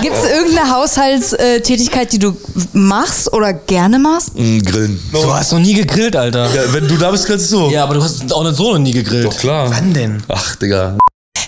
Gibt es irgendeine Haushaltstätigkeit, die du machst oder gerne machst? Mm, Grillen. Du hast noch nie gegrillt, Alter. Ja, wenn du da bist, grillst du so. Ja, aber du hast auch so noch nie gegrillt. Doch klar. Wann denn? Ach, Digga.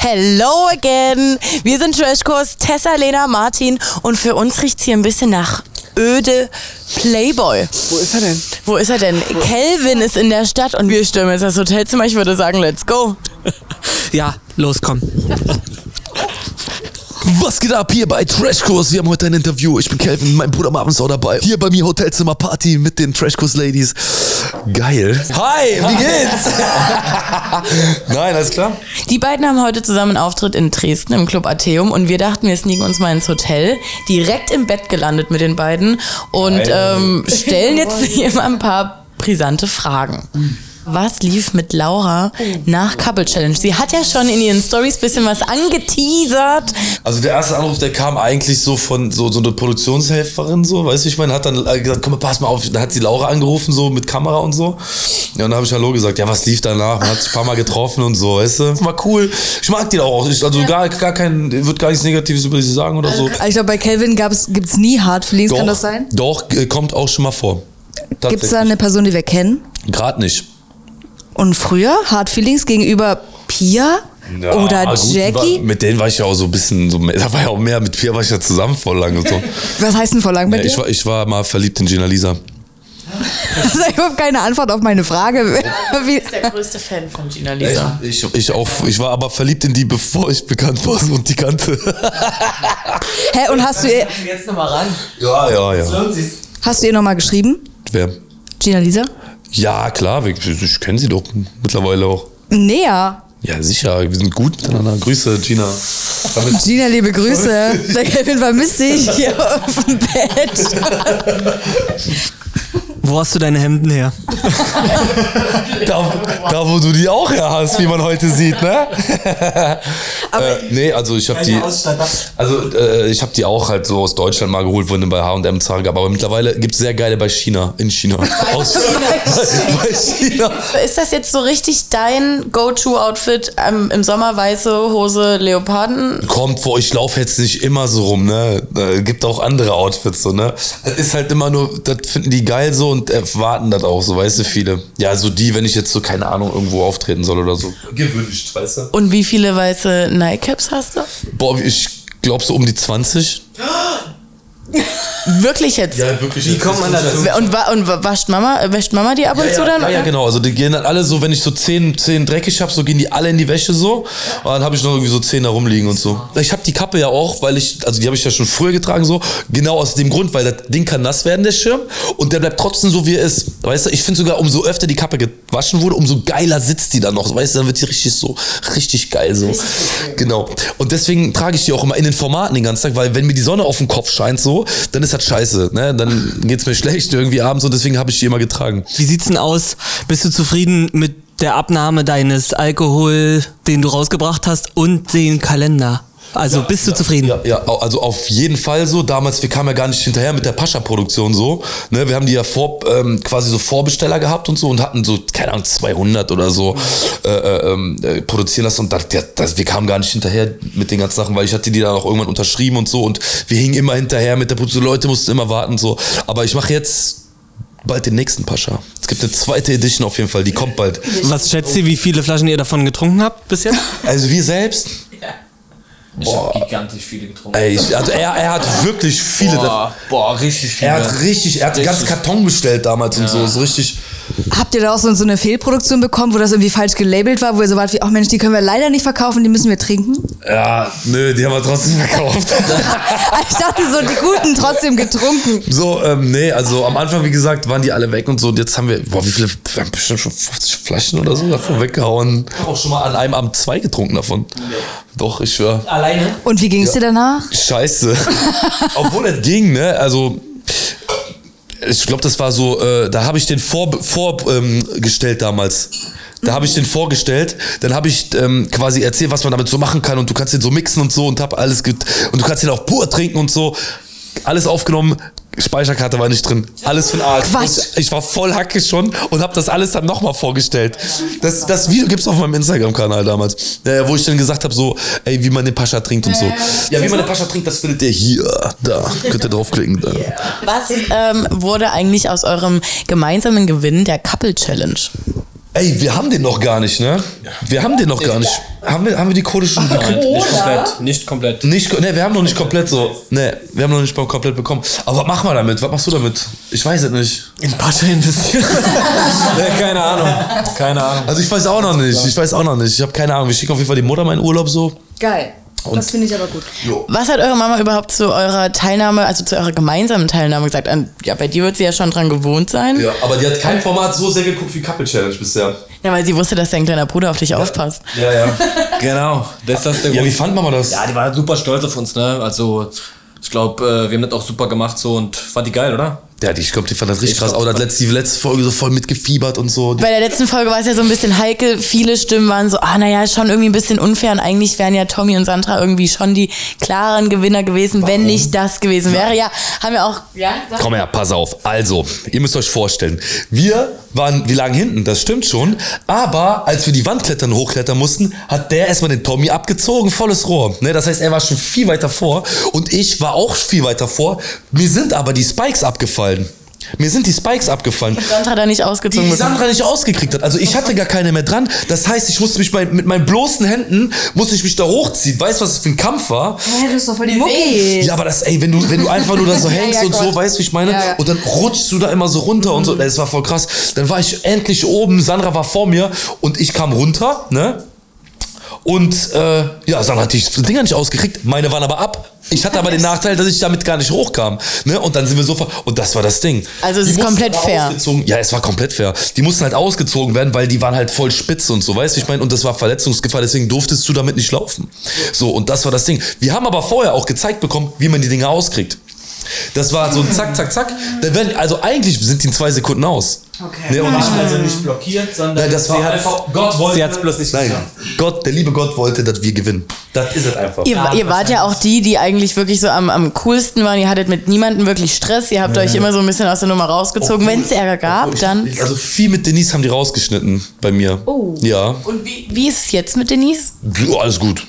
Hello again. Wir sind Trashkurs, Tessa, Lena, Martin und für uns riecht's hier ein bisschen nach öde Playboy. Wo ist er denn? Wo ist er denn? Kelvin ist in der Stadt und wir stürmen jetzt das Hotelzimmer. Ich würde sagen, let's go. Ja, los, komm. Was geht ab hier bei Trashkurs? Wir haben heute ein Interview. Ich bin Kelvin, mein Bruder Marvin ist auch dabei. Hier bei mir Hotelzimmer Party mit den Trashkurs Ladies. Geil. Hi, wie Ah. geht's? Nein, alles klar? Die beiden haben heute zusammen einen Auftritt in Dresden im Club Atheum und wir dachten, wir sneaken uns mal ins Hotel. Direkt im Bett gelandet mit den beiden und ähm, stellen jetzt hier mal ein paar brisante Fragen. Was lief mit Laura nach Couple Challenge? Sie hat ja schon in ihren Stories bisschen was angeteasert. Also der erste Anruf, der kam eigentlich so von so, so einer Produktionshelferin, so, weißt du, ich meine, hat dann äh, gesagt, komm, pass mal auf, dann hat sie Laura angerufen, so mit Kamera und so. Ja, und dann habe ich Hallo gesagt, ja, was lief danach? Man hat sich ein paar Mal getroffen und so, weißt du? War cool. Ich mag die auch. Ich, also gar, gar kein, wird gar nichts Negatives über sie sagen oder so. Also ich glaube, bei Kelvin gibt es nie Hard Feelings, kann das sein? Doch, äh, kommt auch schon mal vor. Gibt es da eine Person, die wir kennen? Gerade nicht. Und früher Hard Feelings gegenüber Pia Ja, oder gut, Jackie? War, mit denen war ich ja auch so ein bisschen, so, mehr- da war ja auch mehr, mit Pia war ich ja zusammen voll lang und so. Was heißt denn vor lang bei Ja, dir? ich, war, ich war mal verliebt in Gina Lisa. das ist überhaupt keine Antwort auf meine Frage. Wie, Der größte Fan von Gina Lisa. Ich, ich, auch, ich war aber verliebt in die, bevor ich bekannt war und die kannte. hä, und hast du ihr, Jetzt nochmal ran. Ja, ja, ja. hast du ihr nochmal geschrieben? Wer? Gina Lisa? Ja, klar, ich, ich kenne sie doch mittlerweile auch. Näher. Ja, sicher, wir sind gut miteinander. Grüße, Gina. Damit Gina, liebe Grüße. Der Kelvin vermisst dich hier auf dem Bett. Wo hast du deine Hemden her? da, da, wo du die auch her hast, wie man heute sieht, ne? äh, nee, also ich habe die, also äh, ich habe die auch halt so aus Deutschland mal geholt, wurden bei H&M Zara gab, aber mittlerweile gibt's sehr geile bei China, in China. Aus, bei China. Ist das jetzt so richtig dein Go-To-Outfit? Ähm, Im Sommer weiße Hose, Leoparden? Kommt vor, ich laufe jetzt nicht immer so rum, ne? Äh, gibt auch andere Outfits so, ne? Das ist halt immer nur, das finden die geil so und erwarten das auch so, weißt du, viele. Ja, so die, wenn ich jetzt so, keine Ahnung, irgendwo auftreten soll oder so. Gewünscht, weißt du? Und wie viele weiße Nike-Caps hast du? Boah, ich glaube so um die 20. Wirklich jetzt? wirklich. Wie kommt man dazu? Und, wa und wa- wascht Mama, äh, wäscht Mama die ab und Ja, zu ja, dann? ja, ja, oder? genau. Also die gehen dann alle so, wenn ich so zehn, zehn dreckig hab, so gehen die alle in die Wäsche so. Und dann habe ich noch irgendwie so zehn da rumliegen und so. Ich habe die Kappe ja auch, weil ich, also die habe ich ja schon früher getragen so. Genau aus dem Grund, weil das Ding kann nass werden, der Schirm. Und der bleibt trotzdem so, wie er ist. Weißt du, ich finde sogar, umso öfter die Kappe gewaschen wurde, umso geiler sitzt die dann noch. Weißt du, dann wird die richtig so, richtig geil so. Genau. Und deswegen trage ich die auch immer in den Formaten den ganzen Tag, weil wenn mir die Sonne auf den Kopf scheint so, dann ist das scheiße. Ne? Dann geht's mir schlecht irgendwie abends und deswegen habe ich die immer getragen. Wie sieht's denn aus? Bist du zufrieden mit der Abnahme deines Alkohol, den du rausgebracht hast und den Kalender? Also bist du zufrieden? Ja, ja, au- also auf jeden Fall so. Damals, wir kamen ja gar nicht hinterher mit der Pascha-Produktion so. Ne, wir haben die ja vor, ähm, quasi so Vorbesteller gehabt und so und hatten so, keine Ahnung, 200 oder so äh, äh, ähm, äh, produzieren lassen. Und das, das, das, wir kamen gar nicht hinterher mit den ganzen Sachen, weil ich hatte die dann auch irgendwann unterschrieben und so. Und wir hingen immer hinterher mit der Produktion. Leute mussten immer warten und so. Aber ich mache jetzt bald den nächsten Pascha. Es gibt eine zweite Edition auf jeden Fall, die kommt bald. Was schätzt ihr, wie viele Flaschen ihr davon getrunken habt bis jetzt? Also wir selbst Ich hab gigantisch viele getrunken. Ey, ich, also er, er hat wirklich viele. Boah, boah, richtig viele. Er hat richtig, er hat den ganzen Richtig. Karton bestellt damals und so. Ist richtig. Habt ihr da auch so so eine Fehlproduktion bekommen, wo das irgendwie falsch gelabelt war, wo ihr so wart wie, ach Mensch, die können wir leider nicht verkaufen, die müssen wir trinken? Ja, nö, die haben wir trotzdem verkauft. Also Ich dachte so, die Guten trotzdem getrunken. so, ähm, nee, also am Anfang, wie gesagt, waren die alle weg und so. Und jetzt haben wir, boah, wie viele? Wir haben bestimmt schon 50 Flaschen oder so davon weggehauen. Ich hab auch schon mal an einem Abend zwei getrunken davon. Doch, ich schwör. Alleine? Und wie ging es dir danach? Scheiße. Obwohl das ging, ne? Also. Ich glaube, das war so, äh, da habe ich den vorgestellt vor, ähm, gestellt damals. Da habe ich den vorgestellt, dann habe ich ähm, quasi erzählt, was man damit so machen kann und du kannst den so mixen und so und hab alles get und du kannst den auch pur trinken und so. Alles aufgenommen, Speicherkarte war nicht drin. Alles für den Arsch. Quatsch. Und ich war voll Hacke schon und habe das alles dann nochmal vorgestellt. Das, das Video gibt's auf meinem Instagram-Kanal damals, äh, wo ich dann gesagt habe, so, ey, wie man den Pascha trinkt und so. Ja, wie man den Pascha trinkt, das findet ihr hier, da. Könnt ihr draufklicken. Da. Was ähm, wurde eigentlich aus eurem gemeinsamen Gewinn der Couple Challenge? Ey, wir haben den noch gar nicht, ne? Wir haben den noch gar nicht. Haben wir, haben wir die Quote schon gekriegt? Nicht komplett. Nicht komplett. Nicht, ne, wir haben noch nicht komplett so. Ne, wir haben noch nicht komplett bekommen. Aber was machen wir damit? Was machst du damit? Ich weiß es nicht. Ne, In Pascha investieren. Nee, keine Ahnung. Keine Ahnung. Also ich weiß auch noch nicht. Ich weiß auch noch nicht. Ich habe keine Ahnung. Wir schicken auf jeden Fall die Mutter meinen Urlaub so. Geil. das finde ich aber gut. Was hat eure Mama überhaupt zu eurer Teilnahme, also zu eurer gemeinsamen Teilnahme gesagt? An, ja, bei dir wird sie ja schon dran gewohnt sein. Ja. aber die hat kein Format so sehr geguckt wie Couple Challenge bisher. weil sie wusste, dass dein kleiner Bruder auf dich aufpasst. Ja, ja. Genau. Das, das ist der Ja, Grund. wie fand Mama das? Ja, die war halt super stolz auf uns, ne? Also, ich glaube, äh, wir haben das auch super gemacht so und fand die geil, oder? Ja, die, ich glaube, die fand das richtig Ich krass. glaub, Auch das letzte, die letzte Folge so voll mitgefiebert und so. Bei der letzten Folge war es ja so ein bisschen heikel. Viele Stimmen waren so, ah, naja, schon irgendwie ein bisschen unfair. Und eigentlich wären ja Tommy und Sandra irgendwie schon die klaren Gewinner gewesen, wenn nicht das gewesen wäre. Ja, haben wir auch. Ja, sag- Komm her, pass auf. Also, ihr müsst euch vorstellen, wir waren, wir lagen hinten, das stimmt schon. Aber als wir die Wand klettern, hochklettern mussten, hat der erstmal den Tommy abgezogen, volles Rohr. Ne, das heißt, er war schon viel weiter vor und ich war auch viel weiter vor. Mir sind aber die Spikes abgefallen. Mir sind die Spikes abgefallen. Sandra da nicht die ausgezogen. die müssen. Sandra nicht ausgekriegt hat. Also ich hatte gar keine mehr dran. Das heißt, ich musste mich bei, mit meinen bloßen Händen, musste ich mich da hochziehen. Weißt du, was das für ein Kampf war? Hä, das ist doch voll die Mucki. Ja, aber das, ey, wenn du, wenn du einfach nur da so hängst Ja, ja, und so, Gott. weißt du, wie ich meine? Ja, Mhm. ja. Und dann rutschst du da immer so runter und so. Das war voll krass. Dann war ich endlich oben, Sandra war vor mir und ich kam runter, ne? Und äh, ja, Sandra hat die Dinger nicht ausgekriegt, meine waren aber ab. Ich hatte aber den Nachteil, dass ich damit gar nicht hochkam. Ne? Und dann sind wir so ver Und das war das Ding. Also es Die ist mussten komplett aber fair. ausgezogen- Ja, es war komplett fair. Die mussten halt ausgezogen werden, weil die waren halt voll spitz und so, weißt du, ich meine, und das war Verletzungsgefahr, deswegen durftest du damit nicht laufen. So, und das war das Ding. Wir haben aber vorher auch gezeigt bekommen, wie man die Dinger auskriegt. Das war so ein Zack, Zack, Zack. Da werden, also eigentlich sind die in zwei Sekunden aus. Okay. Ne, und ich, Also nicht blockiert, sondern Nein, das war einfach. Gott wollte. Sie hat's bloß nicht Nein, geschafft. Gott, der liebe Gott wollte, dass wir gewinnen. Das ist es einfach. Ihr, ihr wart ja auch die, die eigentlich wirklich so am, am coolsten waren. Ihr hattet mit niemandem wirklich Stress. Ihr habt euch immer so ein bisschen aus der Nummer rausgezogen. Wenn es Ärger gab, dann. Also viel mit Denise haben die rausgeschnitten bei mir. Oh. Ja. Und wie, wie ist es jetzt mit Denise? Ja, Alles gut.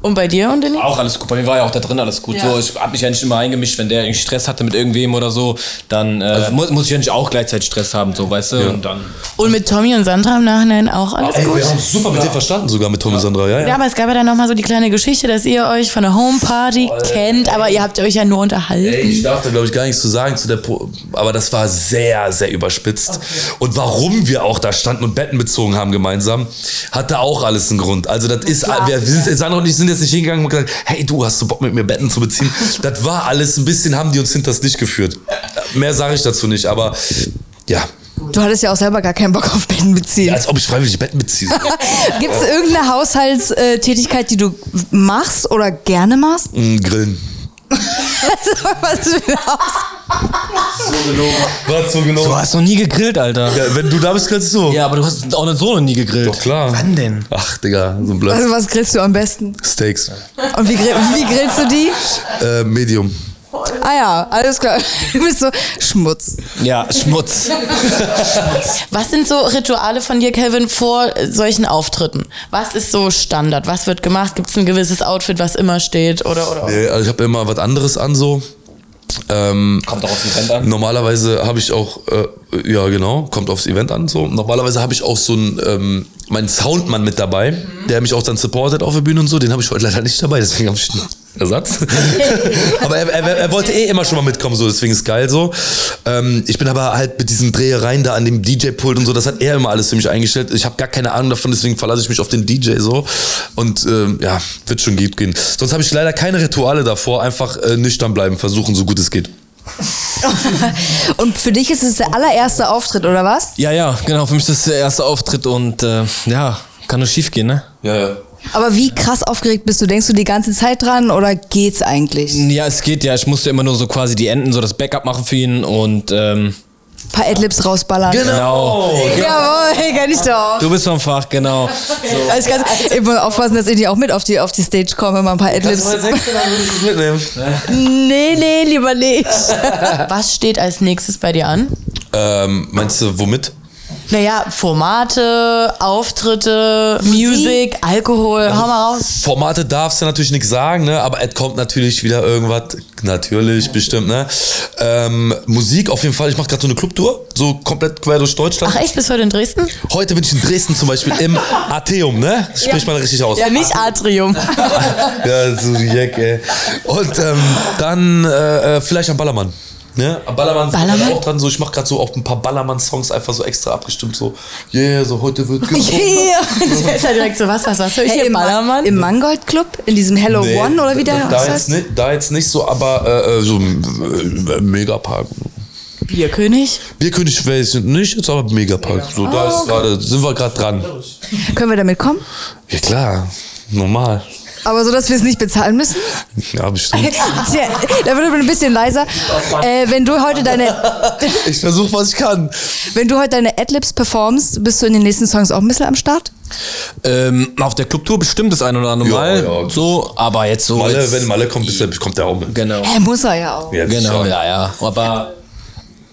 Und bei dir und Denise? Auch alles gut, bei mir war ja auch da drin alles gut. So, ich hab mich ja nicht immer eingemischt, wenn der irgendwie Stress hatte mit irgendwem oder so, dann äh, Also, muss, muss ich ja nicht auch gleichzeitig Stress haben, so, weißt du? Und dann. Und mit Tommy und Sandra im Nachhinein auch alles Ey, gut? wir haben es super mit dir verstanden, sogar mit Tom und Sandra. Ja, ja. Ja, aber es gab ja dann nochmal so die kleine Geschichte, dass ihr euch von der Homeparty kennt, aber ihr habt euch ja nur unterhalten. Ey, Mhm. ich darf da glaube ich gar nichts zu sagen zu der po aber das war sehr sehr überspitzt und warum wir auch da standen und Betten bezogen haben gemeinsam hatte auch alles einen Grund also das ist wir sind Sandra und ich sind jetzt nicht hingegangen und gesagt hey du hast du Bock mit mir Betten zu beziehen das war alles ein bisschen haben die uns hinters Licht geführt mehr sage ich dazu nicht aber ja Du hattest ja auch selber gar keinen Bock auf Betten beziehen. als ob ich freiwillig Betten beziehe Gibt es irgendeine Haushaltstätigkeit, die du machst oder gerne machst? Mm, grillen Also, was für ein Haus- war so genau Du hast noch nie gegrillt, Alter. ja, wenn du da bist kannst du Ja, aber du hast auch nicht so noch nie gegrillt. doch klar Wann denn? ach Digga, so ein Blödsinn also, was grillst du am besten? Steaks Und wie, grill, wie grillst du die? äh, Medium Ah ja, alles klar. Du bist so Schmutz. Ja, Schmutz. Was sind so Rituale von dir, Calvin, vor äh, solchen Auftritten? Was ist so Standard? Was wird gemacht? Gibt es ein gewisses Outfit, was immer steht? Oder, oder? Nee, also ich habe immer was anderes an so. Ähm, Kommt auch auf den Trend an. normalerweise habe ich auch, äh, ja genau, kommt aufs Event an so. Normalerweise habe ich auch so einen, ähm, meinen Soundmann mit dabei, der mich auch dann supportet auf der Bühne und so. Den habe ich heute leider nicht dabei, deswegen habe ich einen Ersatz. aber er, er, er wollte eh immer schon mal mitkommen, so deswegen ist geil so. Ähm, ich bin aber halt mit diesen Drehereien da an dem DJ-Pult und so, das hat er immer alles für mich eingestellt. Ich habe gar keine Ahnung davon, deswegen verlasse ich mich auf den DJ so. Und ähm, ja, wird schon gut gehen. Sonst habe ich leider keine Rituale davor, einfach äh, nüchtern bleiben, versuchen, so gut es geht. Und für dich ist es der allererste Auftritt, oder was? Ja, ja, genau. Für mich ist das der erste Auftritt und äh, ja, kann nur schief gehen, ne? Ja, ja. Aber wie krass aufgeregt bist du? Denkst du die ganze Zeit dran oder geht's eigentlich? Ja, es geht ja. Ich musste immer nur so quasi die Enden, so das Backup machen für ihn und ähm, paar Adlibs rausballern. Genau. Jawohl, kenn ich doch. Du bist vom Fach, genau. Also ich, ganz, ich muss aufpassen, dass ich nicht auch mit auf die, auf die Stage komme, immer ein paar Adlibs. Nee, nee, lieber nicht. Was steht als nächstes bei dir an? Ähm, meinst du, womit? Naja, Formate, Auftritte, Musik, Alkohol. Hau mal raus. Formate darfst du natürlich nichts sagen, ne? aber es kommt natürlich wieder irgendwas. Natürlich, bestimmt. Ne? Ähm, Musik auf jeden Fall. Ich mache gerade so eine Clubtour, so komplett quer durch Deutschland. Ach echt, bist du heute in Dresden? Heute bin ich in Dresden zum Beispiel im Atheum, ne? Sprich mal richtig aus. Ja, nicht Atrium. Ja, so Jack, ey. Und ähm, dann äh, äh, vielleicht am Ballermann. Ne? Am Ballermann, sind wir Ballermann? gerade auch dran. So, ich mache gerade so auch ein paar Ballermann-Songs einfach so extra abgestimmt. So, yeah, so heute Yeah. wird Der ist ja direkt so, was, was, was höre ich Hey, hier? im, Ballermann? Im Mangold Club? In diesem Hello Nee, One oder wie der da, was da, jetzt nicht, da jetzt nicht so, aber äh, äh, so äh, Megapark. Bierkönig? Bierkönig weiß ich nicht, jetzt aber Megapark. So, Ah, da ist gerade, sind wir gerade dran. Können wir damit kommen? Ja klar, normal. Aber so, dass wir es nicht bezahlen müssen? Ja, bestimmt. Tja, da wird aber ein bisschen leiser. Äh, wenn du heute deine, Ich versuche, was ich kann. wenn du heute deine Adlibs performst, bist du in den nächsten Songs auch ein bisschen am Start? Ähm, auf der Clubtour bestimmt das ein oder andere Ja, Mal. ja. So, aber jetzt so. Malle, jetzt, wenn Malle kommt, ist der, kommt der auch mit. genau. Hä, muss er ja auch. Ja, Genau, sicher. ja, ja. Aber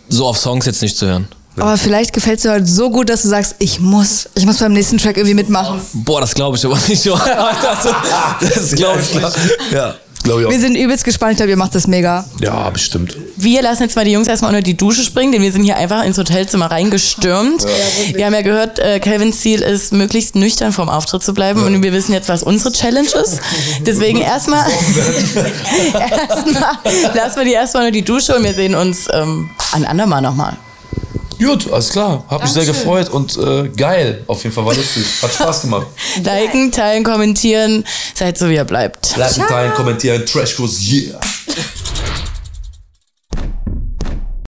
so auf Songs jetzt nicht zu hören. Aber vielleicht gefällt es dir heute so gut, dass du sagst, ich muss, ich muss beim nächsten Track irgendwie mitmachen. Boah, das glaube ich aber nicht. Das, das glaube ich nicht. Ja, glaube ich Wir auch. sind übelst gespannt, ich glaube, ihr macht das mega. Ja, bestimmt. Wir lassen jetzt mal die Jungs erstmal unter die Dusche springen, denn wir sind hier einfach ins Hotelzimmer reingestürmt. wir haben ja gehört, äh, Calvins Ziel ist, möglichst nüchtern vom Auftritt zu bleiben und wir wissen jetzt, was unsere Challenge ist. Deswegen erstmal erstmal lassen wir die erstmal unter die Dusche und wir sehen uns ähm, ein andermal nochmal. Gut, alles klar. Hab mich sehr gefreut und äh, geil. Auf jeden Fall war lustig. Hat Spaß gemacht. Liken, teilen, kommentieren, seid so wie ihr bleibt. Bleibt teilen, kommentieren, Trashkurs, yeah.